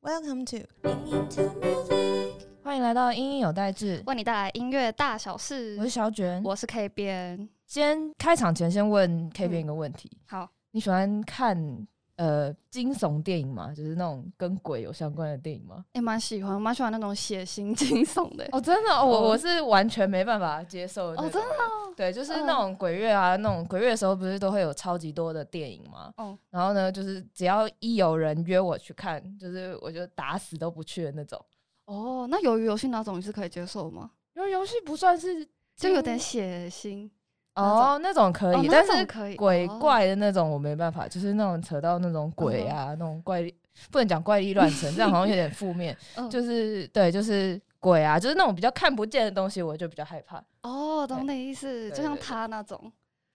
Welcome to 欢迎来到英英有代志，为你带来音乐大小事我。是小卷。我是 K 边，今天开场前先问 K 边一个问题：好，你喜欢看呃惊悚电影吗？就是那种跟鬼有相关的电影吗？也、蛮喜欢，蛮喜欢那种血腥惊悚的。哦，真的，哦我哦我是完全没办法接受那哦，种真的哦，对，就是那种鬼月啊，那种鬼月的时候不是都会有超级多的电影吗？哦然后呢，就是只要一有人约我去看，就是我就打死都不去的那种。哦，那鱿鱼游戏哪种你是可以接受吗？因为游戏不算是就有点惊血腥，哦，那种可哦以，那但种是可以鬼哦怪的那种我没办法，就是那种扯到那种鬼啊，那种怪力不能讲怪力乱神，这样好像有点负 面。嗯就是对，就是鬼啊，就是那种比较看不见的东西，我就比较害怕。哦，对懂你意思，对就像对对他那种。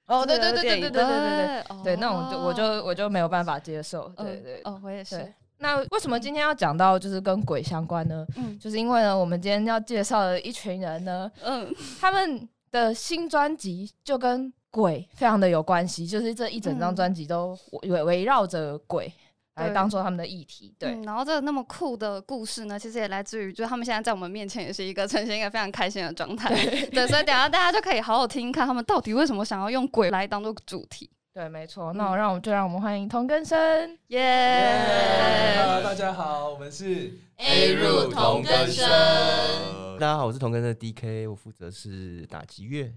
哦，对这个对对对电对对影对对对对对，那种就我就哦我就没有办法接受。嗯对对哦，我也是对，。那为什么今天要讲到就是跟鬼相关呢？嗯就是因为呢，我们今天要介绍的一群人呢，嗯，他们的新专辑就跟鬼非常的有关系，就是这一整张嗯专辑都围围绕着鬼来对当做他们的议题。对，嗯然后这个那么酷的故事呢，其实也来自于，就是他们现在在我们面前也是一个呈现一个非常开心的状态。对，所以等一下大家就可以好好听看他们到底为什么想要用鬼来当做主题。对，没错。那嗯我让我们就让我们欢迎童根生。耶、 Hello，大家好，我们是 A 入同根生呃大家好，我是同根生的 DK，我负责是打击乐。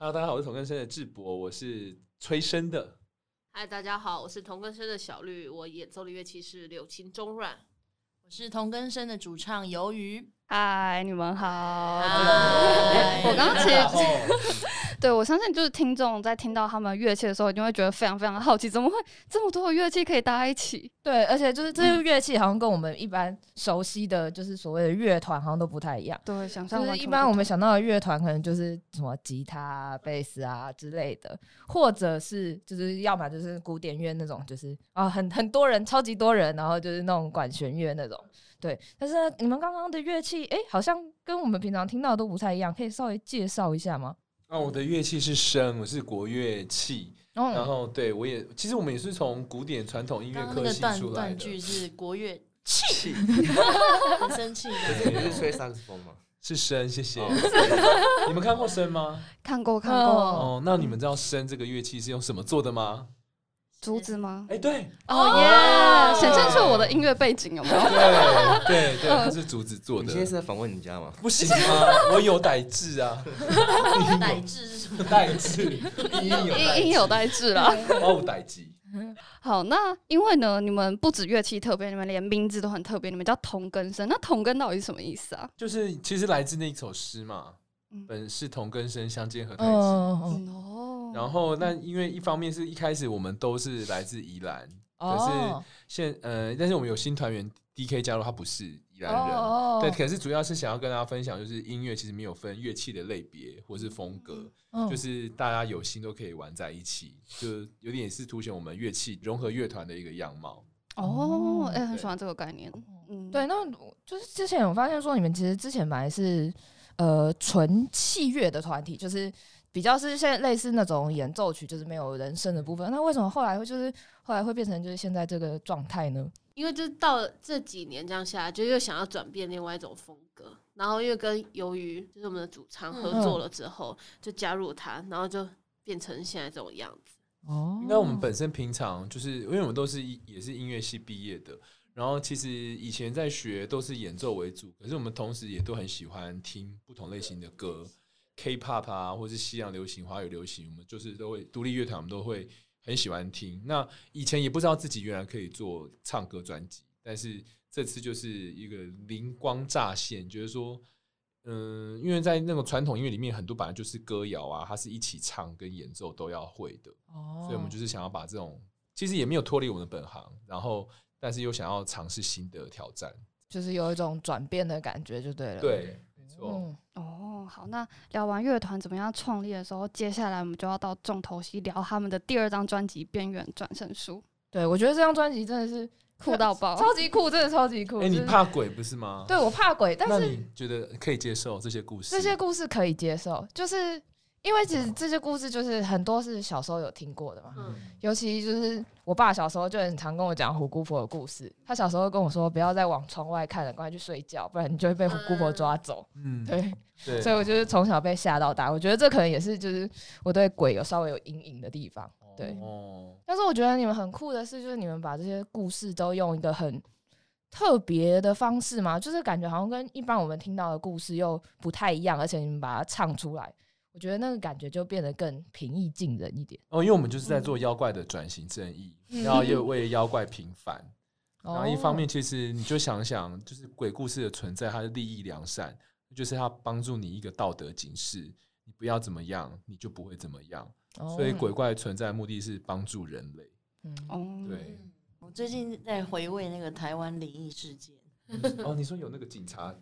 Hello，大家好，我是同根生的智博，我是催生的。嗨，大家好，我是童根生的小绿，我演奏的乐器是柳琴中阮。我是同根生的主唱鱿鱼。嗨，你们好。嗨我刚刚其实实对我相信，就是听众在听到他们乐器的时候，一定会觉得非常非常好奇，怎么会这么多的乐器可以搭在一起？对，而且就是这些乐器好像跟我们一般熟悉的就是所谓的乐团好像都不太一样。对，想象就完是全一不般我同们想到的乐团，可能就是什么吉他、啊、贝斯啊之类的，或者是就是要么就是古典乐那种，就是啊很很多人，超级多人，然后就是那种管弦乐那种。对，但是呢你们刚刚的乐器，哎、好像跟我们平常听到的都不太一样，可以稍微介绍一下吗？啊，我的乐器是笙，我是国乐器。然哦，后对我也，其实我们也是从古典传统音乐刚刚那科个系断出来断的。句是国乐， 气很生气的。你是吹萨克斯风吗？是笙，谢谢。哦你们看过笙 吗？看过看嗯过、哦，那你们知道笙这个乐器是用什么做的吗？竹子吗？哎，对，哦耶！显现出我的音乐背景有没有？对对对，它是竹子做你现在的是。在访问你家吗？不行啊，我有歹志 啊，乃至是什么？歹 志，应音音有待制啦。哦，歹志。好，那因为呢，你们不止乐器特别，你们连名字都很特别，你们叫同根生。那同根到底是什么意思啊？就是其实来自那一首诗嘛，嗯本是同根生，相煎何太急。嗯，嗯哦，然后，那因为一方面是一开始我们都是来自宜兰，哦，现呃，但是我们有新团员 DK 加入，他不是宜兰人，哦对，，可是主要是想要跟大家分享，就是音乐其实没有分乐器的类别或是风格，嗯就是大家有心都可以玩在一起，就有点是凸显我们乐器融合乐团的一个样貌。哦，哎、很对喜欢这个概念。嗯，哦对，那我就是之前我发现说，你们其实之前本来是呃纯器乐的团体，就是比较是现在类似那种演奏曲，就是没有人声的部分。那为什么后来会就是后来会变成就是现在这个状态呢？因为就是到了这几年这样下来，就又想要转变另外一种风格，然后又跟鱿鱼就是我们的主唱合嗯作了之后，就加入他，然后就变成现在这种样子。哦应该我们本身平常就是，因为我们都是一也是音乐系毕业的，然后其实以前在学都是演奏为主，可是我们同时也都很喜欢听不同类型的歌，K-pop 啊，或是西洋流行、华语流行，我们就是都会独立乐团，我们都会很喜欢听。那以前也不知道自己原来可以做唱歌专辑，但是这次就是一个灵光乍现，觉得说。嗯，因为在那种传统音乐里面，很多本来就是歌谣啊，它是一起唱跟演奏都要会的。哦所以我们就是想要把这种，其实也没有脱离我们的本行，然后但是又想要尝试新的挑战。就是有一种转变的感觉就对了。，对，没错。嗯，哦，好，那聊完乐团怎么样创立的时候，接下来我们就要到重头戏，聊他们的第二张专辑《边缘转身书对，我觉得这张专辑真的是》，酷到爆。超级酷，真的超级酷。啊哎、你就是怕鬼不是吗？对我怕鬼，但那是你觉得可以接受这些故事？这些故事可以接受，就是因为其实这些故事就是很多是小时候有听过的嘛，嗯尤其就是我爸小时候就很常跟我讲虎姑婆的故事。他小时候跟我说，不要再往窗外看了，赶快去睡觉，不然你就会被虎姑婆抓走。嗯，对，对所以我就是从小被吓到大。我觉得这可能也是就是我对鬼有稍微有阴影的地方。对哦，但是我觉得你们很酷的是，就是你们把这些故事都用一个很特别的方式嘛，就是感觉好像跟一般我们听到的故事又不太一样，而且你们把它唱出来，我觉得那个感觉就变得更平易近人一点。哦，因为我们就是在做妖怪的转型正义，嗯然后又为妖怪平反。 然后一方面，哦其实你就想想，就是鬼故事的存在，它是利益良善，就是它帮助你一个道德警示，你不要怎么样，你就不会怎么样。哦，所以鬼怪存在的目的是帮助人类。嗯，哦，对，我最近在回味那个台湾灵异事件， 哦，你说有那个警察，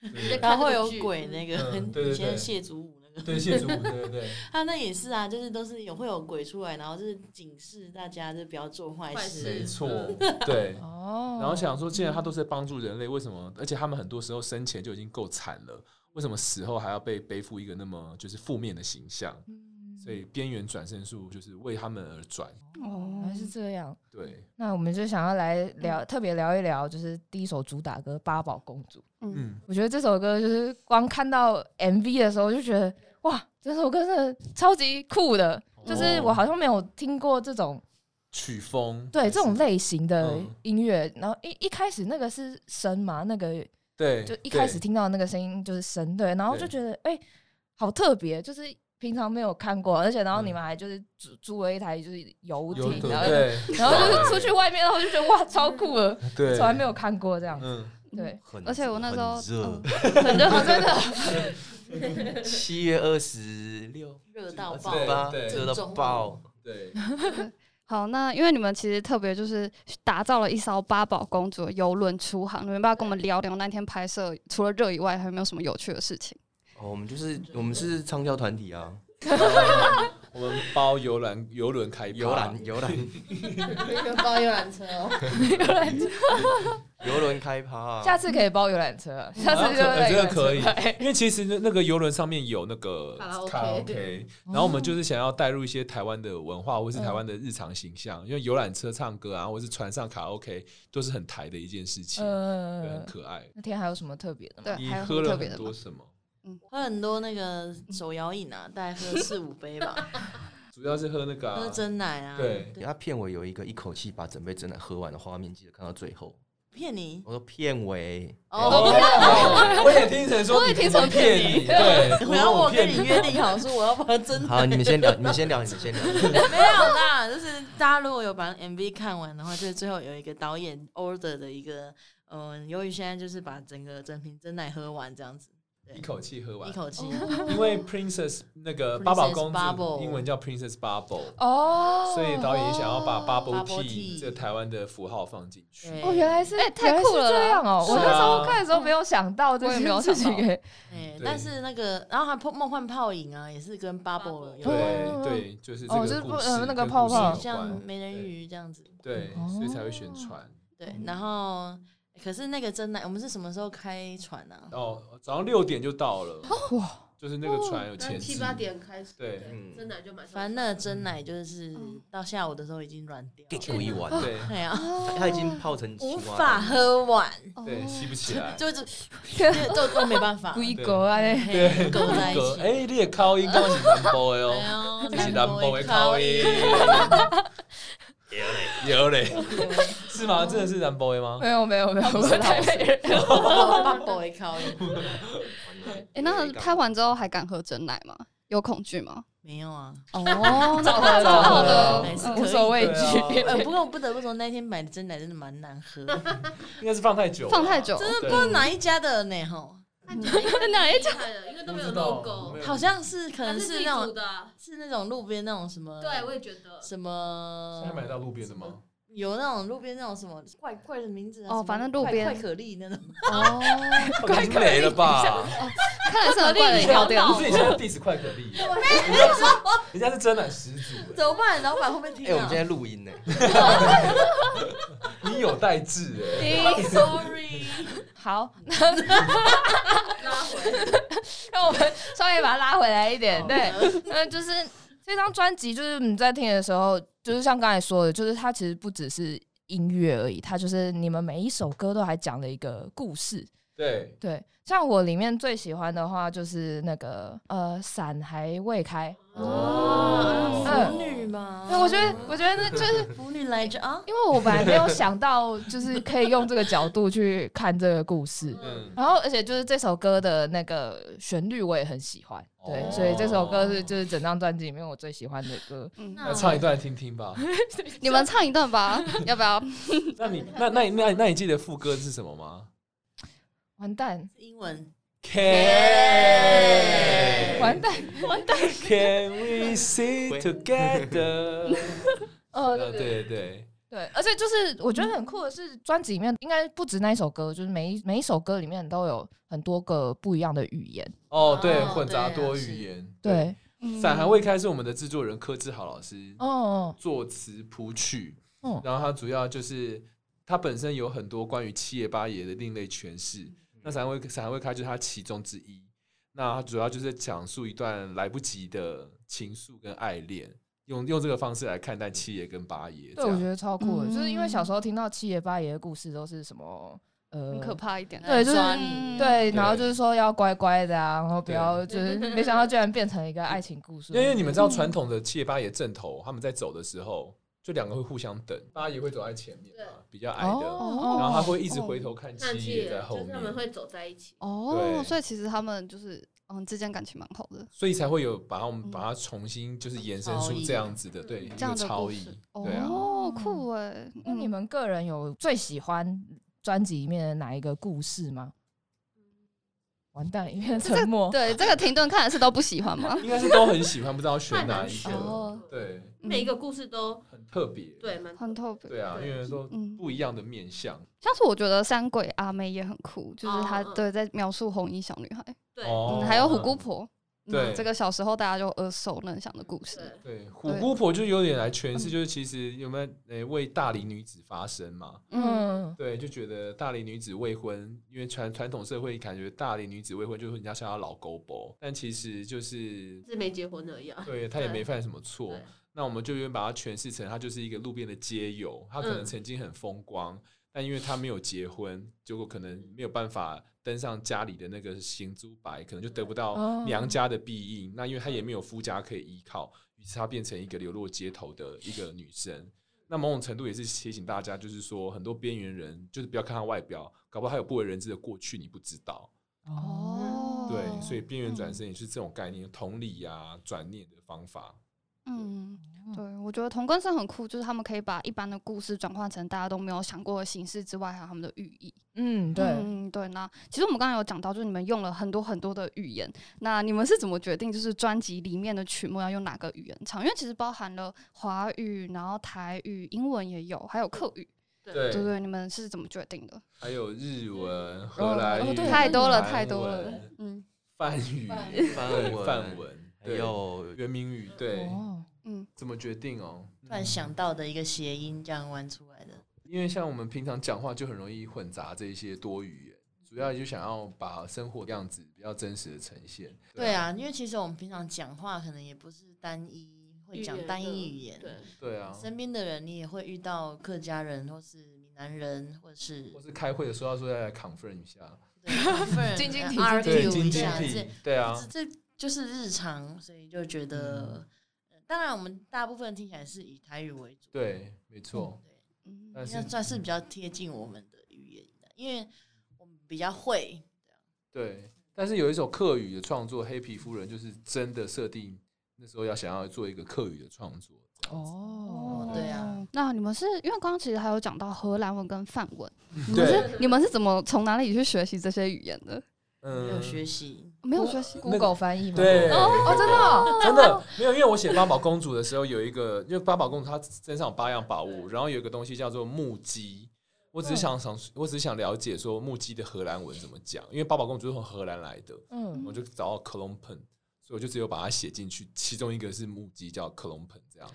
看然后那会个有剧鬼那个，嗯 对对以前对谢祖武那个，对谢祖武，对对对，他那也是啊，就是都是有会有鬼出来，然后就是警示大家就不要做坏坏事。事没错嗯，对。哦，然后想说，既然他都是帮助人类，为什么？而且他们很多时候生前就已经够惨了，为什么死后还要被背负一个那么就是负面的形象？嗯所以边缘转身术就是为他们而转。哦原来是这样。对，那我们就想要来聊，特别聊一聊，就是第一首主打歌《八宝公主》。嗯，我觉得这首歌就是光看到 MV 的时候就觉得，哇，这首歌真的超级酷的，就是哦我好像没有听过这种嗯曲风对这种类类型的嗯音乐。然后一一开始那个是声嘛，那个对，就一开始对听到那个声音就是声，对，然后就对觉得哎、好特别，就是平常没有看过，而且然后嗯你们还就是租租了一台就是游有艇，啊对然后然后就是出去外面，然后就觉得哇超酷了， 对，从来没有看过这样子，嗯， 对，很而且我那时候很热，嗯很热，真的嗯七月二十六、热到二十爆，八，啊对对热到爆，对，好，那因为你们其实特别就是打造了一艘八宝公主的游轮出航，你们要不要跟我们聊聊那天拍摄除了热以外，还有没有什么有趣的事情？哦，我们就是我们是畅销团体啊，我们包游览游轮开趴游览游览包游览车哦，游轮开趴啊，下次可以包游览车，下次就啊可来这游个览车可以对因为其实那那个游轮上面有那个卡拉 OK 拉 OK，然后我们就是想要带入一些台湾的文化或是台湾的日常形象，因为游览车唱歌啊，或是船上卡拉 OK 都是很台的一件事情，对，很嗯，可爱。那天还有什么特别的吗？对，你还有什喝么了特别很的多吗？什么？喝很多那个手摇饮啊，大概 喝四五杯吧，主要是喝那个啊喝真奶啊。对他片尾有一个一口气把整杯真奶喝完的画面，记得看到最后。骗你我说片尾，哦。我也听成说，我也听成骗骗你，对， 然后我哦骗跟你约定好说我要把真好，你们先聊，你们先聊，你们先聊。 没有啦，就是大家如果有把 MV 看完的话，就是最后有一个导演 order 的一个，嗯，由于现在就是把整个整瓶真奶喝完这样子，一口气喝完一，口气。哦因为 Princess 那个八宝公 Princess 主 Bubble 英文叫 Princess Bubble，哦，所以导演也想要把 Bubble Tea Bubble tea 这个台湾的符号放进去。对哦，原来是哎太酷了啦原来是这样哦！是啊我那时候看的时候没有想到这我也没有件事想到情，哎啊哎对，但是那个，然后还梦梦幻泡影啊，也是跟 bubble 有对对，就是这哦就是个不故事呃那个跟泡故事有泡关像美人鱼这样子。对，哦所以才会选船。对，嗯然后可是那个真奶，我们是什么时候开船啊？哦，早上六点就到了，哦哇，就是那个船有那前七置八点开始，对嗯真的就马上。反正那个真嗯奶就是嗯到下午的时候已经软掉给了，球一碗，哦对对呀、他他已经泡成青蛙无了法喝完，对，吸不起 来。就是就都都没办 法，不一格啊！哎嘿勾 在一哥，起。哎啊哎，你也靠音，我是南波的哦，呦你是南波的靠音，有嘞有 嘞，是吗？真的是南波的吗？没有没有没有，我太累了。南波的靠音，哎、那拍完之后还敢喝真奶吗？有恐惧吗？没有 啊，哦， 那喝蛮好了的，还是无所可以。畏对啊惧。呃，不过我不得不说，那天买的真奶真的蛮难喝，真 应该是放太久，放太久， 的不知道哪一家的呢吼， 哪一家？因为都没有 logo，好像是可它能是自是己那煮种嗯的啊。是那种路边那种什么，对，我也觉得。什么现在买到路边的吗？有那种路边那种什么怪怪的名字啊，哦什么反正路边快快可丽那种，哦，快没了吧？ 看来是很怪的饮料店。不是你现在 diss 快可丽，人家是人家是真奶始祖，怎么办？老板会不会听哎，我们啊现在录音呢，你有代志哎。 ？Sorry，好，那 让我们稍微把它拉回来一点。对，那就是这张专辑，就是你在听的时候，就是像刚才说的，就是它其实不只是音乐而已，它就是你们每一首歌都还讲了一个故事。对，对，像我里面最喜欢的话就是那个呃，伞还未开。哦，嗯腐女嘛，对，我觉得，我觉得那就是腐女来着啊，因为我本来没有想到，就是可以用这个角度去看这个故事。嗯，然后，而且就是这首歌的那个旋律我也很喜欢，对，哦所以这首歌是就是整张专辑里面我最喜欢的歌。嗯，那唱一段听听吧。你们唱一段吧，要不要？那你那那那那你记得副歌是什么吗完蛋，英文， ？Can 完蛋， Can we sit together？呃，呃，对对对，对，而且就是我觉得很酷的是，专辑里面应该不止那一首歌，就是每一每一首歌里面都有很多个不一样的语言。哦，对，哦混杂对啊多是语言。对，嗯伞还未开是我们的制作人柯志豪老师哦，作词谱曲嗯，然后他主要就是他本身有很多关于七爷八爷的另类诠释，嗯那伞还未伞还未开就是他其中之一。那他主要就是讲述一段来不及的情愫跟爱恋，用用这个方式来看待七爷跟八爷。对，这我样觉得超酷的，就是因为小嗯时候听到七爷八爷的故事都是什么。呃很，可怕一点，对，就是钻嗯对，对然后就是说要乖乖的啊，然后不对要 就是，没想到居然变成一个爱情故事。因为你们知道传统的七爷八爷正头，他们在走的时候，就两个会互相等，八爷会走在前面嘛，比较矮的，哦然后他会一直回头看看七去爷在后就是他们面，会走在一起。哦对，所以其实他们就是嗯之间感情蛮好的所以才会有把我们嗯把它重新就是延伸超出译这样子的，对，一这样个的超故译事，对啊。哦，酷哎，那你们个人有最喜欢专辑里面的哪一个故事吗？完蛋，一片沉默。对这个停顿看来是都不喜欢吗？应该是都很喜欢，不知道选 哪一蛮难选个，哦，对，嗯每一个故事都很特别，对，蛮很特别，对啊，因为都嗯。不一样的面相，像是我觉得山鬼阿妹也很酷，就是她哦嗯对在描述红衣小女孩，对哦嗯，还有虎姑婆，对嗯，这个小时候大家就耳熟能详的故事，对对，虎姑婆就有点来诠嗯释，就是其实有没有诶为大龄女子发声嘛，嗯，嗯，对，就觉得大龄女子未婚，因为传传统社会感觉大龄女子未婚就是人家想要老狗狗，但其实就是是没结婚而已啊。 对她也对没犯什么错对。那我们就把它诠释成她就是一个路边的街友，她可能嗯曾经很风光，但因为她没有结婚，结果可能没有办法登上家里的那个行租白，可能就得不哦到娘家的庇应。那因为她也没有夫家可以依靠，于是她变成一个流落街头的一个女生。那某种程度也是提醒大家，就是说很多边缘人，就是不要看他外表，搞不好他有不为人知的过去，你不知道。哦，对，所以边缘转嗯身也是这种概念，同理呀、转念的方法。嗯，对，我觉得同根生很酷，就是他们可以把一般的故事转换成大家都没有想过的形式之外，还有他们的寓意。嗯，对，嗯，对。那其实我们刚才有讲到，就是你们用了很多很多的语言，那你们是怎么决定就是专辑里面的曲目要用哪个语言唱？因为其实包含了华语，然后台语、英文也有，还有客语，对对，你们是怎么决定的？还有日文、荷兰哦语、对太多了，韩太多文了。嗯梵语、梵对文梵文，还有对原名语，对，哦，嗯，怎么决定哦？突然想到的一个谐音这样玩出来的，因为像我们平常讲话就很容易混杂这一些多语言，主要就想要把生活样子比较真实的呈现。对，啊，因为其实我们平常讲话可能也不是单一会讲单一语言，对，对啊，身边的人你也会遇到客家人或是闽南人或是或是开会的时候要说要来 confirm 一下， 对晶晶体 argue 经一济下，体这，对啊，嗯这这就是日常，所以就觉得，呃当然我们大部分听起来是以台语为主，对，没错，嗯但应该是算是比较贴近我们的语言的，因为我们比较会，对，但是有一首客语的创作《黑皮夫人》，就是真的设定那时候要想要做一个客语的创作，这样子哦，对啊哦。那你们是因为刚刚其实还有讲到荷兰文跟梵文，你们嗯对，是你们是怎么从哪里去学习这些语言的？没嗯有学习，没有学习。那个 Google 翻译吗？嗯对哦，哦真的 哦，真的没有，因为我写八宝公主的时候有一个，因为八宝公主她身上有八样宝物，然后有一个东西叫做木屐。我只是想想，我只是想了解说木屐的荷兰文怎么讲，因为八宝公主是从荷兰来的，嗯，我就找到 c o l o m p e n 所以我就只有把它写进去，其中一个是木屐叫 c o l o m p e n 这样。哦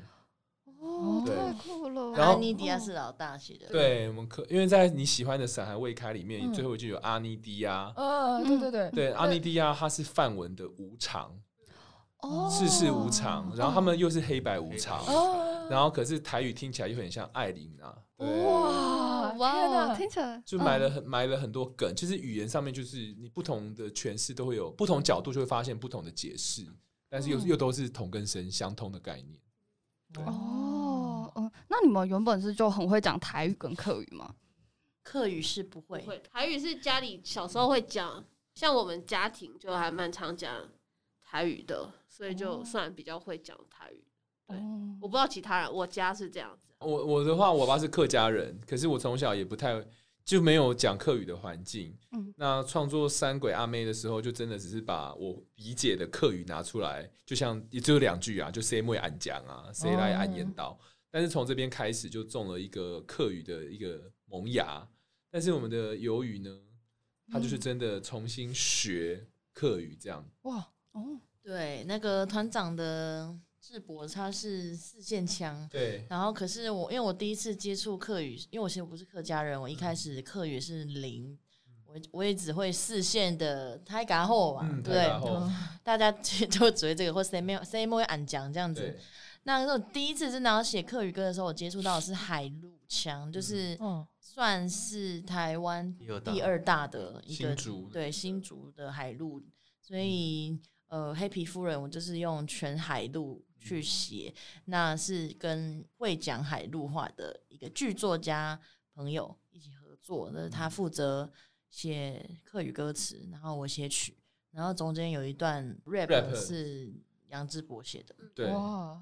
哦，对太酷了。然后阿尼迪亚是老大写的，对，我们可因为在你喜欢的伞还未开里面，嗯最后一句有阿尼迪亚，呃，对对对，对，阿尼迪亚它是梵文的无常，哦，世事无常，然后他们又是黑白无常，哦，然后可是台语听起来又很像艾琳娜，对，哇哇天哦，哪听起来就埋了很埋了很多梗，其实语言上面就是你不同的诠释都会有不同角度，就会发现不同的解释，但是又嗯又都是同根生相通的概念。哦，嗯，那你们原本是就很会讲台语跟客语吗？客语是不会，会台语是家里小时候会讲，像我们家庭就还蛮常讲台语的，所以就哦算比较会讲台语。对哦我不知道其他人，我家是这样子。我我的话，我爸是客家人，可是我从小也不太就没有讲客语的环境。嗯那创作《三鬼阿妹》的时候，就真的只是把我理解的客语拿出来，就像也只有两句啊，就谁会俺讲啊，谁来俺言道。哦但是从这边开始就种了一个客语的一个萌芽。但是我们的鱿鱼呢，他嗯就是真的重新学客语这样。哇，哦，对，那个团长的智博他是四线腔。对，然后，可是我因为我第一次接触客语，因为我其实不是客家人，我一开始客语是零，我我也只会四线的胎嘎后嘛，嗯，啊对然，后大家 就就只会这个或 C 没有 C 没有俺讲这样子对。，那时候第一次真的要写客语歌的时候，我接触到的是海陆腔，就是嗯，算是台湾第二大第二大的一新个竹对新竹的海陆，所以呃，黑皮夫人我就是用全海陆去写，那是跟会讲海陆话的一个剧作家朋友一起合作，那他负责写客语歌词，然后我写曲，然后中间有一段 rap Rap 是杨志博写的，对哇，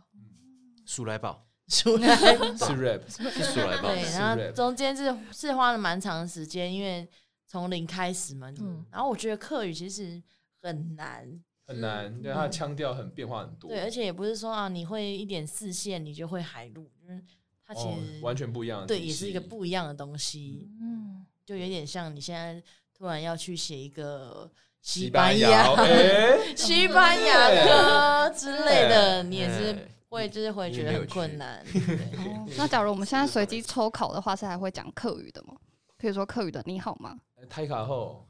鼠来宝出来是 rap，是鼠来宝，对，是然后 rap 中间是是花了蛮长时间，因为从零开始嘛。嗯然后我觉得课语其实很难，很难，对，它的腔调很变化很多。对，而且也不是说啊，你会一点四线你就会海陆，就是它其哦实、完全不一样的对，体也是一系个不一样的东西，嗯，就有点像你现在突然要去写一个西西班班牙，牙、哎， 西班牙歌之类的，你也是哎会就是会你觉得没有很去困难。对哦那假如我们现在随机抽考的话，是还会讲客语的吗？比如说客语的你好吗？泰卡后，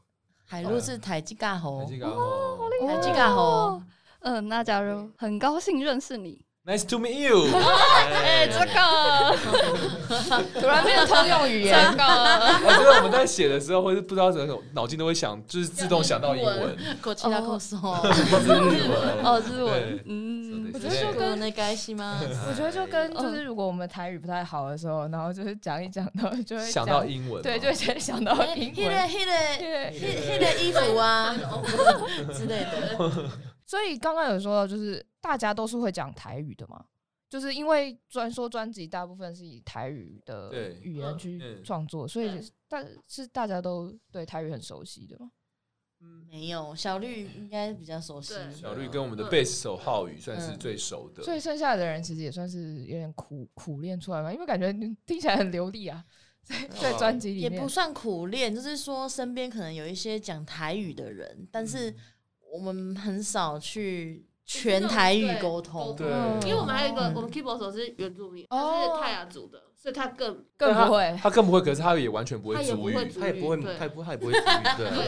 海陆是台吉嘎泰吼，吉卡后台吉嘎吼。嗯，那假如很高兴认识你， ，Nice to meet you，哎，这个突然变得通用 语言，这个，我觉得我们在写的时候，或是不知道怎么，脑筋都会想，就是自动想到英文， こちらこそ。哦，日对文，嗯，我觉得就ごお願いし ます。我觉得就跟就是如果我们台语不太好的时候，然后就是讲一讲，然后就会想讲到英文，对，就会先想到哦哎英迄个文。迄个对，迄个衣服啊 之类的。所以刚刚有说到，就是大家都是会讲台语的嘛，就是因为专说专辑大部分是以台语的对语言去嗯创作，所以大是大家都对台语很熟悉的嘛。没有，小绿应该比较熟悉。对小绿跟我们的贝斯手浩宇算是嗯最熟的，所以剩下的人其实也算是有点苦苦练出来嘛，因为感觉听起来很流利啊，在哦在专辑里也不面。算苦练，就是说身边可能有一些讲台语的人，但是我们很少去全台语沟通。对，因为我们还有一个嗯，我们 keyboard 手是原住民，他哦是泰雅族的，所以他更更不会，他更不会，可是他也完全不会他也不主语，会主他也不会，对他也不，他也不会主语， 对，对，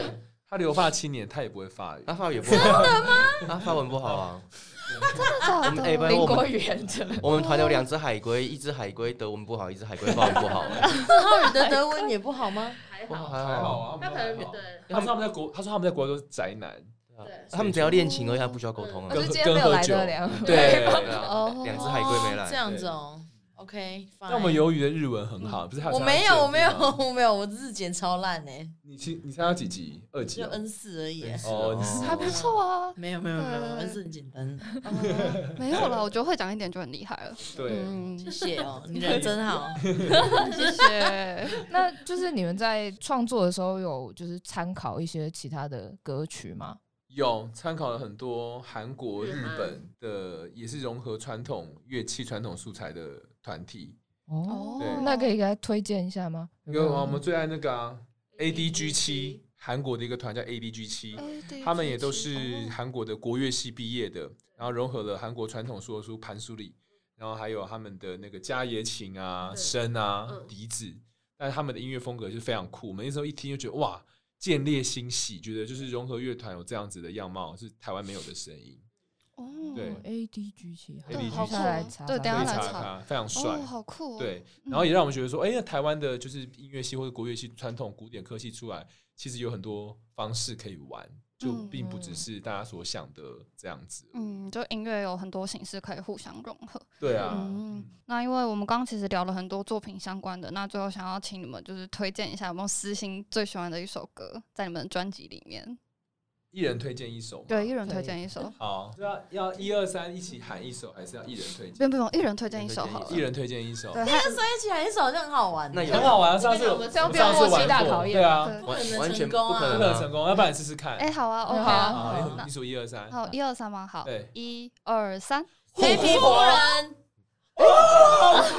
他留发七年，他也不会发语，他法语也不好，真的吗？他法文不好啊。假我嗯们哎，的，不然邻我国们语言者，我们团有两只海龟，一只海龟德文不好，一只海龟法文不好，哎浩宇的德文也不好吗？还不好好，还还好好。啊，他可能我们还好对他说他们在国，他说他们在国外都是宅男，对，他们只要练琴而已，他不需要沟通啊我。跟是今天没有来得 了。 对。对啊哦，两只海龟没来这样子哦。OK， 那我们鱿鱼的日文很好，不是还有 我参加没有，节目我没有，吗我没有，我日检超烂哎，你去你参加几集？二集就哦 N 四而已欸。 哦，你哦是还不错啊，没有没有没有，对还是很简单 的。哦没有了，我觉得会讲一点就很厉害了，对， 嗯，谢谢哦，你人真 好。谢 谢。那就是你们在创作的时候有就是参考一些其他的歌曲吗？有参考了很多韩国、日日韩本的，也是融合传统乐器、传统素材的团体。哦对，那可以给他推荐一下吗？因为我们最爱那个啊，ADG 七，韩国的一个团叫 ADG 七，哎他们也都是韩国的国乐系毕业的，然后融合了韩国传统说书盘书里，然后还有他们的那个加野琴啊、对笙啊嗯、笛子，但他们的音乐风格是非常酷。我们那时候一听就觉得哇，见猎心喜，觉得就是融合乐团有这样子的样貌，是台湾没有的声音，哦，对，A D 举起，对 AD 好好下酷来哦查，对等下可以来查查看，非常帅。哦，好酷哦，对，然后也让我们觉得说，哎、那台湾的就是音乐系或者国乐系传统古典科系出来，其实有很多方式可以玩，就嗯并不只是大家所想的这样子。嗯，就音乐有很多形式可以互相融合。对啊，嗯嗯那因为我们刚刚其实聊了很多作品相关的，那最后想要请你们就是推荐一下有没有私心最喜欢的一首歌，在你们的专辑里面。一人推荐一首嘛。对，一人可推以荐一首，好，要要一二三一起喊一首，还是要一人推 不用荐？不用，一人推荐一一人推首荐好一了。首一人推荐一首，对，那时候一起来一首就很好玩，那有很好玩啊。上次我跟你讲上我们次这样变默玩契大过考验对啊，不可能完全成功不可不能啊！能成功，要不然试试看。哎，好啊嗯，OK 好啊，好，那一数一二三，好，一二三吗？好对，一二三，黑皮夫人，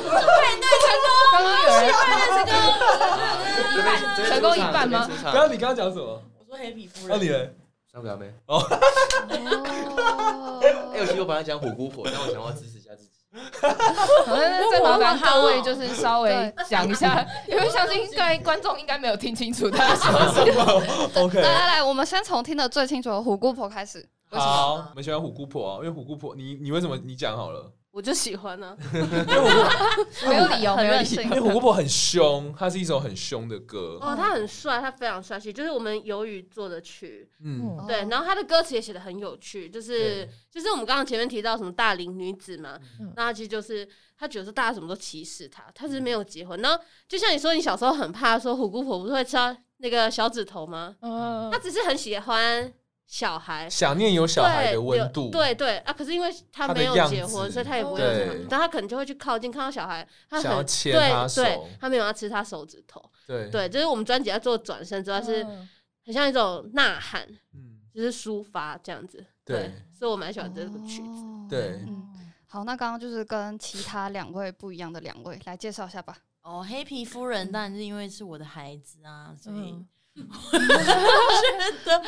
刚刚有人这边这边成功出一场半吗这边刚出场刚你刚刚讲什么？我说黑皮夫那哦人，你嘞上不了没？ 哎、我哦其实我本来讲火姑婆，但我想要支持一下自己。可能再麻烦各位就是稍微讲一下， 因为相信各位观众应该没有听清楚他说哦什么。 ？OK，来来来，我们先从听得最清楚的虎姑婆开始。为什么？好，我们喜欢虎姑婆啊，因为虎姑婆，你你为什么你讲好了？我就喜欢呢、因为虎姑 没有理由，很没有理任由性因。为虎姑婆很凶，它是一首很凶的歌。哦，他很帅，他非常帅气，就是我们鱿鱼做的曲。嗯，哦对，然后他的歌词也写的很有趣，就是对就是我们刚刚前面提到什么大龄女子嘛，嗯那她其实就是她觉得说大家什么都歧视她，她只是没有结婚。然后就像你说，你小时候很怕说虎姑婆不是会吃到那个小指头吗？嗯她，只是很喜欢小孩，想念有小孩的温度，对对啊，可是因为她她的没有样结婚，子所以她也不会有对什么，但她可能就会去靠近，看到小孩，她想要很牵她对对手，，她没有要吃她手指头，对，对，就是我们专辑要做转身之后，是嗯很像一种呐喊，嗯，就是抒发这样子。对，所以我蛮喜欢这首曲子。哦对嗯，好，那刚刚就是跟其他两位不一样的两位来介绍一下吧。哦，黑皮夫人当然是因为是我的孩子啊，所以嗯觉得，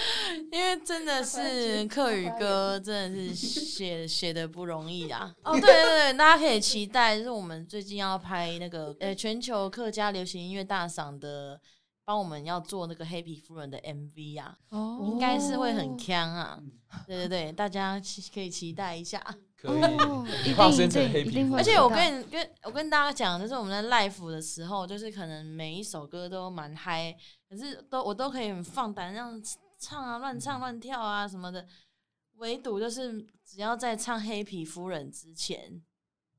因为真的是客语歌，真的是写写的不容易啊。 哦，对对对，大家可以期待，就是我们最近要拍那个呃全球客家流行音乐大赏的，帮我们要做那个黑皮夫人的 MV 啊，应该是会很强啊。对对对，大家期可以期待一下。可以哦一化定身一成定黑一皮定肤，会而且期我待跟跟我跟大家讲，就是我们在 live 的时候，就是可能每一首歌都蛮嗨，可是都我都可以很放胆这样唱啊，乱嗯唱乱跳啊什么的。唯独就是只要在唱《黑皮夫人》之前，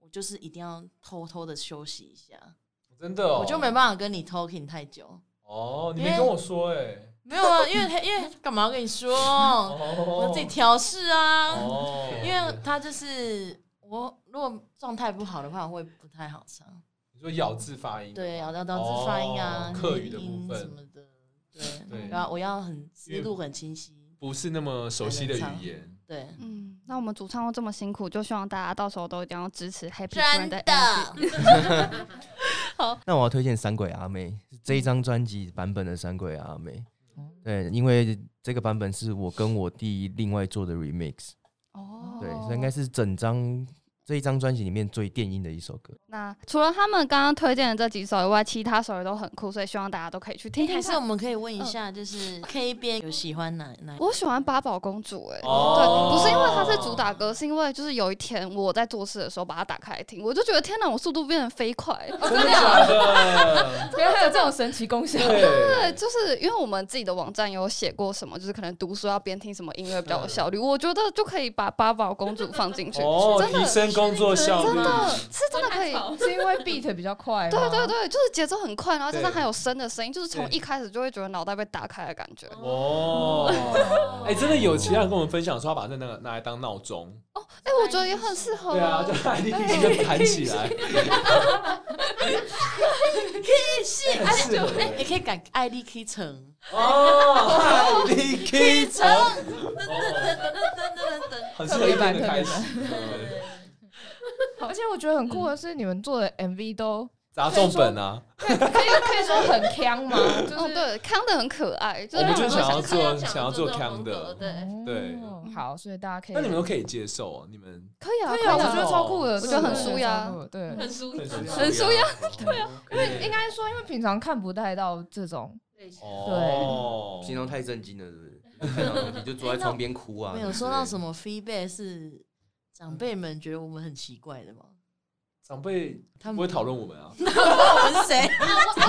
我就是一定要偷偷的休息一下，真的哦，我就没办法跟你 talking 太久。哦，你没跟我说哎，没有啊，因为黑 因为干嘛要跟你说？哦我自己调试啊。哦，因为他就是我，如果状态不好的话，我会不太好唱。你说咬字发音，对，要要导致发音啊哦、内客语的部音分什么的，对，对然后我要很因思为路很清晰，不是那么熟悉的语言，对，嗯，那我们主唱又这么辛苦，就希望大家到时候都一定要支持 Happy 夫人真的 MV。的，那我要推荐《三鬼阿妹》是这一张专辑版本的《三鬼阿妹哦》。对，因为这个版本是我跟我弟另外做的 remix，哦对，所以应该是整张这一张专辑里面最电音的一首歌。那除了他们刚刚推荐的这几首以外，其他首也都很酷，所以希望大家都可以去听诶听还是我看。们可以问一嗯下，就是 K 边有喜欢哪哪？我喜欢八宝公主、哎、哦对，不是因为它是主打歌，是因为就是有一天我在做事的时候把它打开来听，我就觉得天哪，我速度变得飞 快。真的假的？原来还有这种神奇功效。对，对，就是因为我们自己的网站有写过什么，就是可能读书要边听什么音乐比较有效率，我觉得就可以把八宝公主放进去，哦，真的提升工作效率真，的是真的哦可以。是因为 beat 比较快吗，对对对，就是节奏很快，然后加上对还有声的声音，就是从对一开始就会觉得脑袋被打开的感觉。哦，哎，真的有其他人跟我们分享说，他把这那个拿来当闹钟，哦，哎、我觉得也很适合对啊，就把 ADD 就弹起来，很适合也可以改 ID K 城，哦，你可以城，噔噔噔噔噔噔噔，很适合一天的开始，对对对而且我觉得很酷的是，你们做的 MV 都砸重本啊！可以可以说很腔吗？就是、哦，对，康的很可爱，就我是让们就人想要想做要想要做这种 cam 风的格对，对哦好，所以大家可以那你们都可以接受啊，你们可以啊，可以啊，啊，以我啊觉得超酷的，我这觉得个很真的舒压超酷的对。啊很舒很服很舒压，对啊，因 为应该说，因为平常看不太到这种，类型。哦，形容太震惊了，是不 是？看到东西就坐在窗边哭啊，没有收到 什么。么 feedback 是长辈们觉得我们很奇怪的吗？长辈他不们会讨论我们啊，我们是谁？啊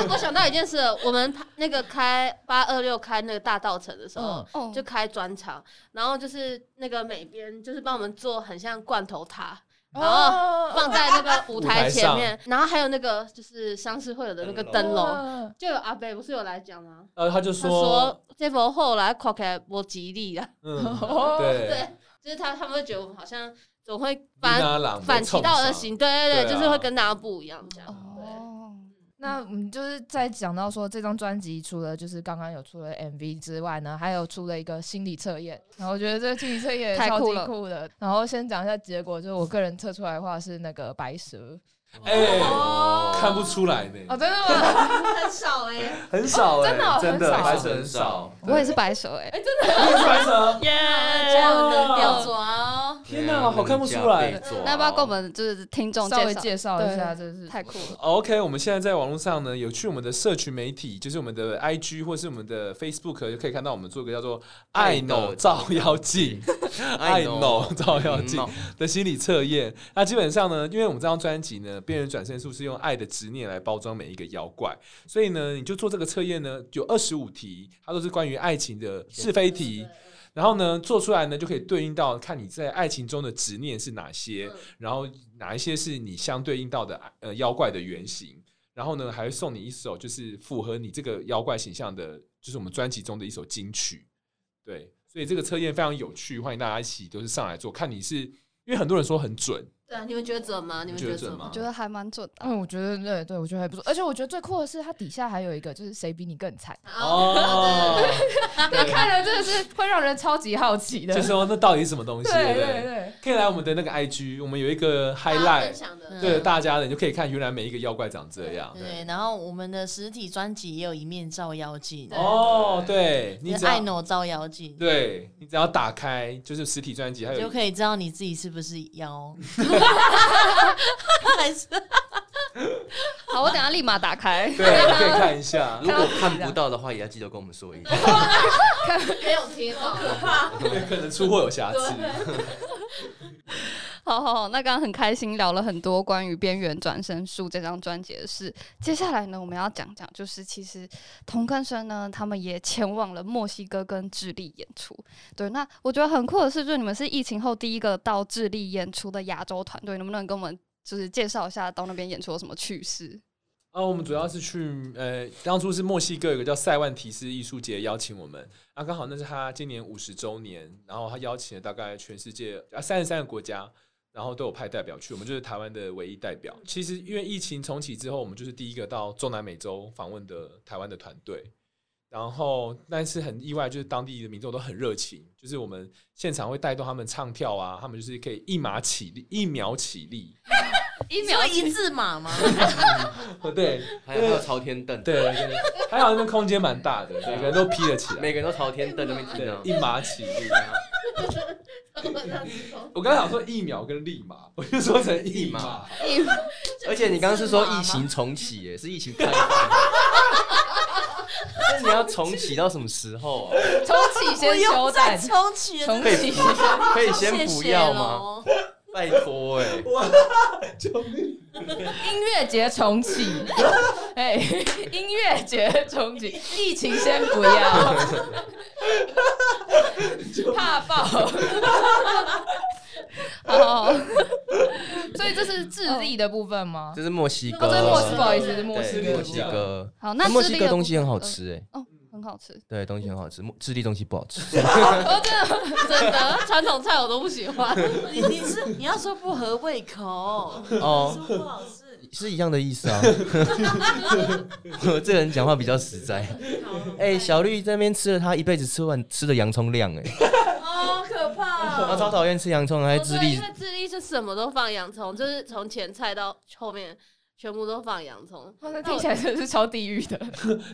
我我想到一件事，我们拍那个开八二六开那个大道城的时嗯候，哦，就开专场，然后就是那个美编就是帮我们做很像罐头塔，然后哦放在那个舞台前舞台面，然后还有那个就是商事会有的那个灯笼，，哦就有阿北不是有来讲吗？呃，他就他说这波后来看起来不吉利啊，嗯，哦对，对，就是他他们会觉得我们好像总会反反反其道而，行，对对对，对啊就是会跟大家不一样这样。哦，那我们就是在讲到说，这张专辑除了就是刚刚有出了 MV 之外呢，还有出了一个心理测验。然后我觉得这个心理测验也太超酷级了酷的。然后先讲一下结果，就是我个人测出来的话是那个白蛇。哎，看不出来哦，呢，真的 吗？很少哎、很少欸真的哦哎，真的很少白蛇很少，我也是白蛇哎，我是白蛇，耶、这样能表啊抓哦。天啊哪，好看不出来。那要不要跟我们就是听众稍微绍？介绍一下，对这是太酷了， OK，我们现在在网络上呢，有去我们的社群媒体，就是我们的 IG 或是我们的 Facebook，就可以看到我们做一个叫做“爱爱脑的照妖镜”， 爱脑嗯照妖镜 的心理测验。那基本上呢，因为我们这张专辑呢，《边缘转身术》是用爱的执念来包装每一个妖怪，所以呢，你就做这个测验呢，有二十五题，它都是关于爱情的是非题。然后呢，做出来呢就可以对应到看你在爱情中的执念是哪些，然后哪一些是你相对应到的呃妖怪的原型。然后呢，还会送你一首就是符合你这个妖怪形象的，就是我们专辑中的一首金曲。对，所以这个测验非常有趣，欢迎大家一起都是上来做，看你是因为很多人说很准，对啊，你们觉得准吗？你们觉觉得得准准吗吗？觉得还蛮准的。嗯，我觉得对对，我觉得还不错。而且我觉得最酷的是，它底下还有一个就是谁比你更惨，哦，那 看了真的是会让人超级好奇的。就说那到底是什么东西？对不对对，可以来我们的那个 IG，我们有一个大家分 highlight，享的，对大家的，你就可以看原来每一个妖怪长这样。对，然后我们的实体专辑也有一面照妖镜，哦，对你你只爱要诺照妖镜，对你只要打开就是实体专辑，还就有可以知道你自己是不是 妖， 还是好，我等一下立马打开。 对可以看一下如，果看不到的话，也要记得跟我们说一下。没有听到，对可能出货有瑕疵。好好好，那刚刚很开心聊了很多关于《边缘转身术》这张专辑的事。接下来呢，我们要讲讲，就是其实同根生呢，他们也前往了墨西哥跟智利演出。对，那我觉得很酷的是，就是你们是疫情后第一个到智利演出的亚洲团队，能不能跟我们就是介绍一下到那边演出有什么趣事？啊，我们主要是去呃，当初是墨西哥有个叫塞万提斯艺术节邀请我们，啊，刚好那是他今年五十周年，然后他邀请了大概全世界啊三十三个国家，然后都有派代表去，我们就是台湾的唯一代表。其实因为疫情重启之后，我们就是第一个到中南美洲访问的台湾的团队。然后，但是很意外，就是当地的民众都很热情，就是我们现场会带动他们唱跳啊，他们就是可以一马起立，一秒起立，一你说一字马吗？ 对还有还有朝天凳，对，还好那边空间蛮大的，每个人都披了起来。每个人都朝天凳那边听啊对到，。一马起立。我刚才想说疫苗跟立马，我就说成一马。而且你刚刚是说疫情重启，耶，是疫情开放。 那你要重启到什么时候啊？重启先休再战，重启了，重可启 哦以可以 先不要吗？哦谢谢咯？拜托哎，音乐节重启， 哎，音乐节重启，疫情先不要，怕爆。哦，所以这是智利的部分吗？这是墨西哦，哥，这是墨西哥不好意思，是墨西哥对的墨部西分。哥。啊好，那墨智西利哥的东部西很好分，吃哎，呃哦，很好吃。对，东西很好吃，墨智利东西不好吃。 真的传统菜我都不喜欢。你你是你要说不合胃口，哦，说不好吃。是一样的意思啊。 我这个人讲话比较实在。 哎、小绿在那边吃了他一辈子吃完吃的洋葱量哎、 好可他怕！超讨厌吃洋葱，还哦自对立因为智利是什么都放洋葱，就是从前菜到后面全部都放洋葱。哇，那听起来真的是超地狱的。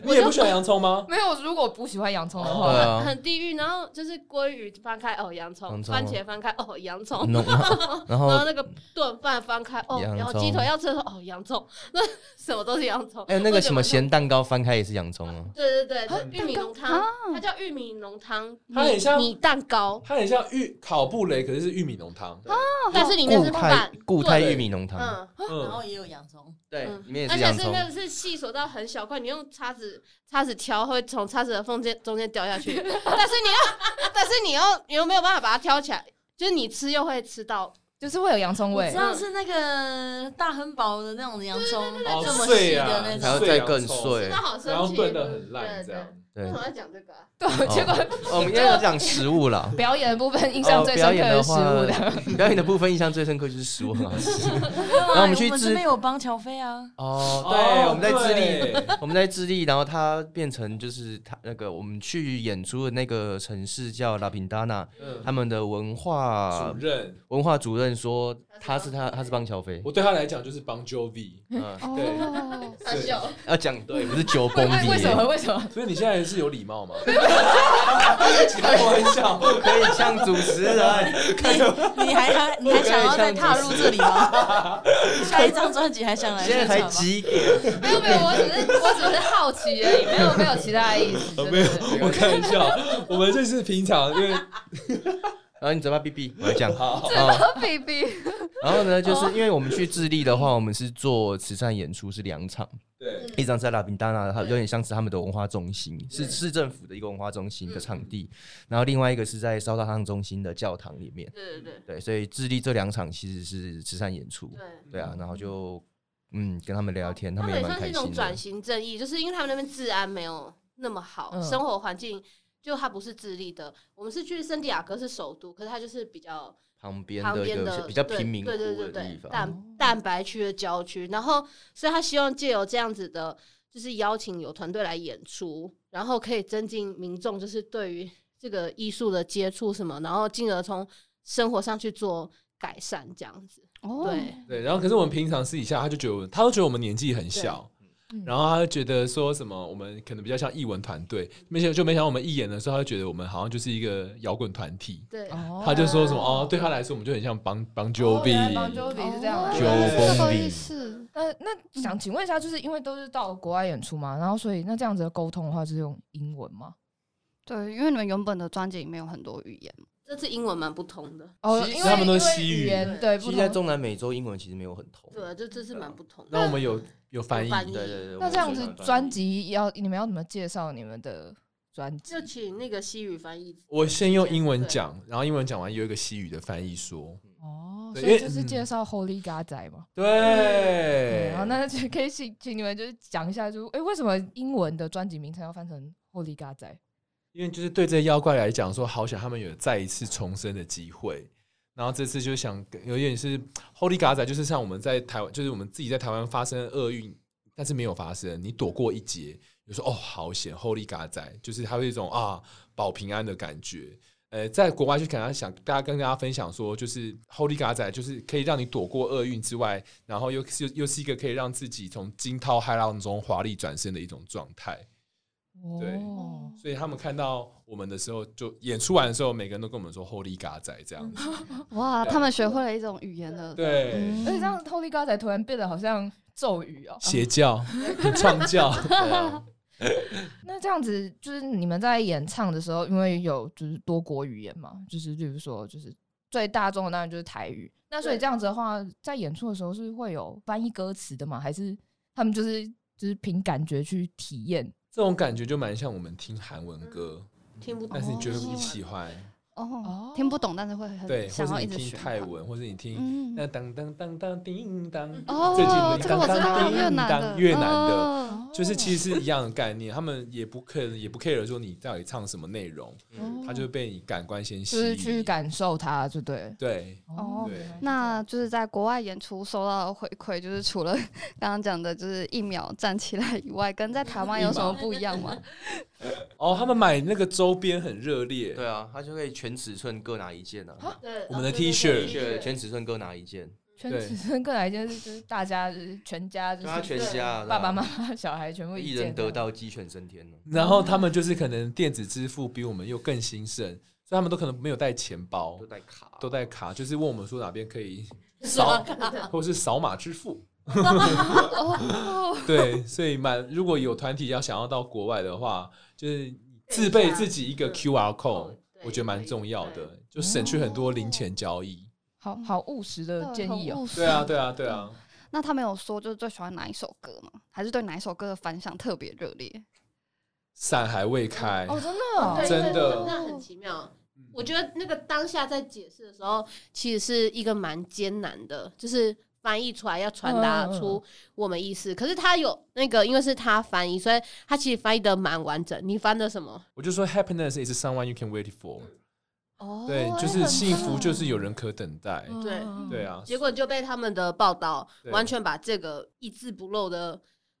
你也不喜欢洋葱吗？没有，如果不喜欢洋葱的对话，啊很地狱，然后就是鲑鱼翻开哦，洋葱；洋葱番茄翻开哦，洋葱；然后然 然后后那个炖饭翻开哦，洋葱然后鸡腿要吃的时候哦，洋葱， 那什么都是洋葱。还有哎那个什么我觉得咸蛋糕翻开也是洋葱哦，对对对，就玉米浓汤，啊它叫玉米浓汤，它很米像米蛋糕，它很像玉烤布雷，可是是玉米浓汤。啊但是里面固是态饭，固态玉米浓汤，嗯，然嗯，后也有洋葱，对嗯里面也而哦是且洋是葱，那个是细索到很小块，你用叉子叉子挑会从叉子的缝间中间掉下去， 但是你要，但是你要你又没有办法把它挑起来，就是你吃又会吃到，就是会有洋葱我味知。道是那个大亨堡的那种洋葱，好这么细碎的啊那 还要。种再更碎那。好生气，然后炖的很烂，这对。对样。对，为什哦么要讲这个啊？对，结果我们应该讲食物哦啦。表演的部分印象最深刻的是食物的，的，表演的部分印象最深刻就是食物很好吃。然后我们去吃这边有帮乔飞啊，哦，哦对，我们在智利，对 我们在智利，然后它变成就是它那个我们去演出的那个城市叫拉平达纳，他嗯，们的文化主任，文化主任说他是他他是邦乔飞，我对他来讲就是 Bon Jovi，嗯， 哦，他笑，要讲对，不是九公里为耶，什么？为什么？所以你现在是有礼貌 吗？开玩笑，可以像主持人？你你还还你还想要再踏入这里吗？下一张专辑还想来现在现才场吗？几点？没有没有，我只是我只是好奇而已，没有没有其他的意思。真的是我开玩笑，我们就是平常因为然后你嘴巴闭闭，我要讲。好，哦， b b 然后呢，哦就是因为我们去智利的话，我们是做慈善演出，是两场。嗯对，一张在拉宾达纳，它有点像是他们的文化中心，是嗯市政府的一个文化中心的场地，然后另外一个是在烧大烫中心的教堂里面。对对对对，所以智利这两场其实是慈善演出，对。对啊，然后就嗯跟他们聊聊天，他他们们也也算蛮是开一种心转的。型正义，就是因为他们那边治安没有那么好，嗯生活环境就它不是智利的。我们是去圣地亚哥是首都，可是它就是比较旁边旁的一边个的比较对贫民窟对对的对地对方，哦蛋蛋白区的郊区。然后，所以他希望借由这样子的，就是邀请有团队来演出，然后可以增进民众就是对于这个艺术的接触什么，然后进而从生活上去做改善这样子。哦，对，对，然后可是我们平常私底下，他就觉得我他都觉得我们年纪很小嗯，然后他就觉得说什么我们可能比较像艺文团队，没想就没想到我们一演的时候，他就觉得我们好像就是一个摇滚团体，对，哦他就说什么哦，对他来说我们就很像邦邦 Jovi，哦原来 Bon Jovi 是这样来的九这啊公个里意思。呃那那想请问一下，就是因为都是到国外演出嘛，然后所以那这样子的沟通的话，就是用英文吗？对，因为你们原本的专辑里面有很多语言，这次英文蛮不同的，哦，其实因为他们都因为西语语言对，不其实，在同。中南美洲英文其实没有很通。对，啊就这次蛮不同的。然后我们有有翻译，翻译对对对。那这样子专辑辑要你们要怎么介绍你们的专辑就？请那个西语翻译。我先用英文讲，然后英文讲完有一个西语的翻译说，哦，对所以因就为是嗯介绍 Holy God 仔嘛。对，然后嗯那就可以请请你们就是讲一下，就哎、诶为什么英文的专辑名称要翻成 Holy God 仔？因为就是对这些妖怪来讲，说好想他们有再一次重生的机会。然后这次就想有点是 Holy g a z a 就是像我们在台湾，就是我们自己在台湾发生厄运，但是没有发生，你躲过一劫，就说哦好险 Holy g a z a 就是它会有一种啊保平安的感觉。呃，在国外就可能想大家跟大家分享说，就是 Holy g a z a 就是可以让你躲过厄运之外，然后又又又是一个可以让自己从惊涛骇浪中华丽转身的一种状态。对哦，所以他们看到我们的时候，就演出完的时候，每个人都跟我们说 “Holy g a 仔”这样嗯子。哇，对他们学会了一种语言的，嗯对，嗯而且这样 Holy God 仔突然变得好像咒语哦。邪教、创教， 啊 那这样子就是你们在演唱的时候，因为有就是多国语言嘛，就是例如说就是最大众的当然就是台语。那所以对这样子的话，在演出的时候是会有翻译歌词的吗？还是他们就是就是凭感觉去体验？这种感觉就蛮像我们听韩文歌，听不懂，但是你觉得嗯哦不喜欢，哦哦，听不懂，但是会对，很想或要是一你直听学。泰文，或是你听嗯那当当当当叮当，哦最近的，这个我知道，越南的，越南的哦就是其实是一样的概念，他们也不 care 也不 care 说你到底唱什么内容，他嗯就被你感官先吸就引，是去感受它，就对。对哦对那就是在国外演出收到的回馈，就是除了刚刚讲的，就是一秒站起来以外，跟在台湾有什么不一样吗？哦，他们买那个周边很热烈，对啊，他就可以全尺寸各拿一件啊，对我们的 T 恤全尺寸各拿一件。全对此生更来一件事，就是大家就是全家就让他是啊全家爸爸妈妈、小孩全部一键人这得样，道鸡犬升天了。然后他们就是可能电子支付比我们又更兴盛，所以他们都可能没有带钱包都，带卡，啊都带卡，就是问我们说哪边可以刷扫，或是扫码支付。哦， 对，所以满如果有团体要想要到国外的话，就是自备自己一个 QR code，对我觉得蛮重要的，就省去很多零钱交易。好好务实的建议哦。哦 对啊，对啊，对啊。那他们有说就是最喜欢哪一首歌吗？还是对哪一首歌的反响特别热烈？ 伞还未开，哦，真的哦哦对，真的那很奇妙。我觉得那个当下在解释的时候，其实是一个蛮艰难的，就是翻译出来要传达嗯出我们意思。可是他有那个，因为是他翻译，所以他其实翻译的蛮完整。你翻的什么？我就说 happiness is someone you can wait for，哦对，就是幸福就是有人可等待，对对啊，结果就被他们的报道对完全把这个一字不漏的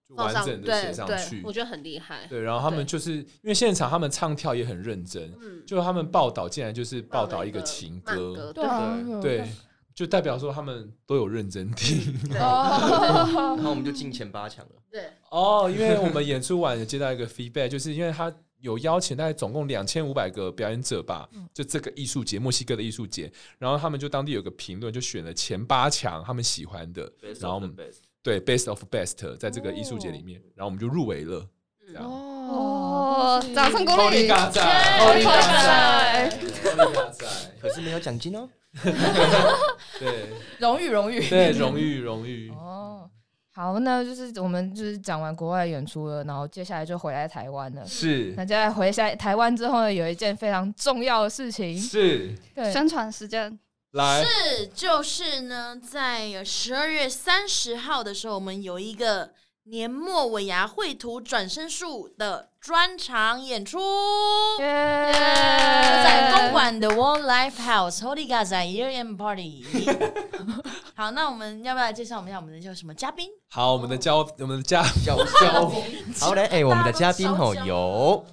就放完上，整的对写上对去，我。觉得很厉害。对，然后他们对就是因为现场他们唱跳也很认真，嗯，就他们报道竟然就是报道一个情慢歌，对啊，对，就代表说他们都有认真 听。哦，然后我们就进前八强了。啊 对，哦，因为我们演出完有接到一个 feedback，就是因为他有邀请大概总共两千五百个表演者吧，嗯就这个艺术节，墨西哥的艺术节，然后他们就当地有个评论，就选了前八强他们喜欢的，然后我们对 best of best 在这个艺术哦节里面，然后我们就入围了，这嗯样。哦，掌声鼓奥利励。嘎仔，奥利嘎仔，奥利嘎仔，可是没有奖金哦。对荣誉荣誉，对，荣誉荣誉，哦，好，那就是我们就是讲完国外演出了，然后接下来就回来台湾了。是那接下来回下台湾之后呢，有一件非常重要的事情，是，对，宣传时间，来是，就是呢，在十二月三十号的时候，我们有一个年末尾牙绘图转身术的专场演出。耶在公馆的 One Life House Holy g a z a Year End Party。好，那我们要不要来介绍我们一下我们的叫什么嘉宾？好，我们的交我们的嘉小小，好嘞，哎，我们的嘉宾吼有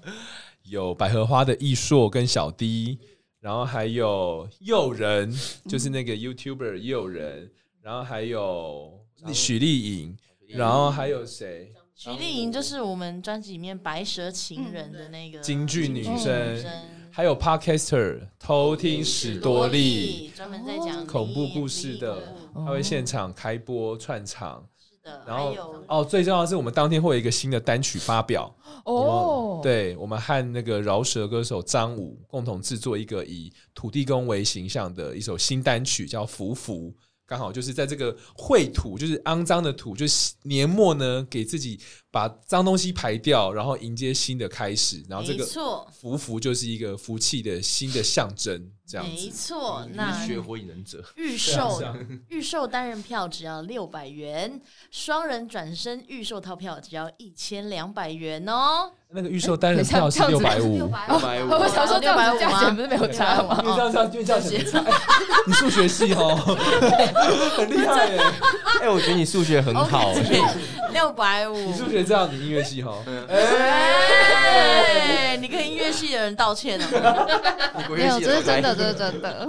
有百合花的易硕跟小 D，然后还有诱人，就是那个 YouTuber 诱人，然后还有许丽颖，然后还有谁？徐丽莹就是我们专辑里面《白蛇情人》的那个京剧女京剧生，还有 Podcaster 偷听史多利，，专门在讲恐怖故事的灵异恐他怖会现场开播串场。的，然还后有哦，最重要的是我们当天会有一个新的单曲发表。哦，，对，我们和那个饶舌歌手张武共同制作一个以土地公为形象的一首新单曲，叫《福福》。刚好就是在这个秽土，就是肮脏的土，就是年末呢，给自己把脏东西排掉，然后迎接新的开始。然后这没个错，福福就是一个福气的新的象征，这样没子。嗯错，那学火影忍者，预售预售单人票只要六百元，双人转身预售套票只要一千两百元哦。那个预售 单人票是六百五，六百五我想说这样子价钱不是没有差吗？因为这样这样，因为这样子没差。哎你数学系哦， 很厉害耶！哎，我觉得你数学很好，六百五。你数学这样，你音乐系哦。哎，你跟音乐系的人道歉 哦。没有，这是真的，这是真的。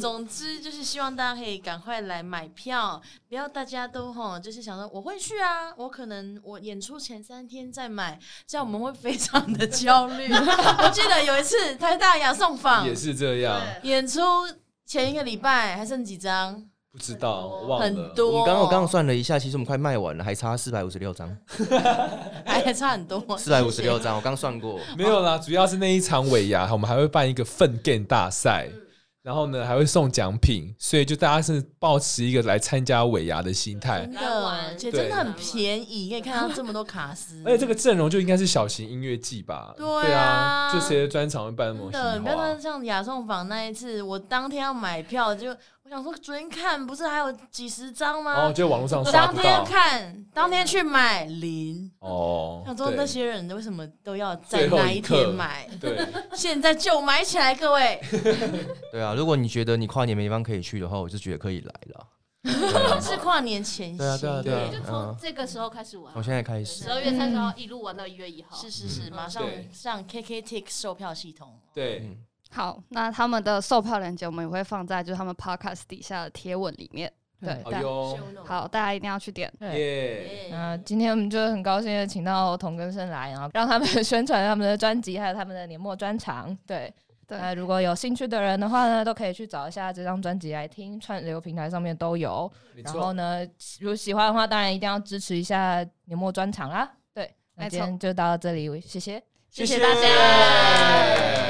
总之就是希望大家可以赶快来买票，不要大家都吼，就是想说我会去啊，我可能我演出前三天再买，这样我们会非常的焦 虑。我记得有一次台大雅颂坊也是这样，演出前一个礼拜还剩几张，不知道忘了。很我多。们刚刚我刚刚算了一下，其实我们快卖完了，还差四百五十六张，还差很多，四百五十六张，我刚算过。没有啦，主要是那一场尾牙，我们还会办一个粪 game 大赛，嗯然后呢还会送奖品，所以就大家是保持一个来参加尾牙的心态真。来的，玩而且真哎对的很便宜，可以看到这么多 卡司。而且这个阵容就应该是小型音乐季吧？对啊对就谁的专场会办那么真豪华的，你不要看像雅颂坊那一次，我当天要买票，就我想说昨天看不是还有几十张然后吗？哦就网络上刷当不天到看，当天去买零。哦。想说对那些人为什么都要在最后那一天刻买？对，现在就买起来，各位！对啊，如果你觉得你跨年没地方可以去的话，我就觉得可以来了。是跨年前夕，对啊，对啊，对啊就，从嗯，这个时候开始玩我，现在开始十。二月三十号一路玩到一月一号。是是是，马上嗯对上 KKTIX 售票系统。对，嗯好，那他们的售票链接我们也会放在就是他们 podcast 底下的贴文里面。对，好但哟，好，大家一定要去点。对耶！那嗯今天我们就很高兴的请到童根生来，然后让他们 宣传他们的专辑，还有他们的年末专场。对，对那如果有兴趣的人的话呢，都可以去找一下这张专辑来听，串流平台上面都有。没然后错，呢，如果喜欢的话，当然一定要支持一下年末专场啦。对，那没今错天就到这里，谢谢。谢谢大家。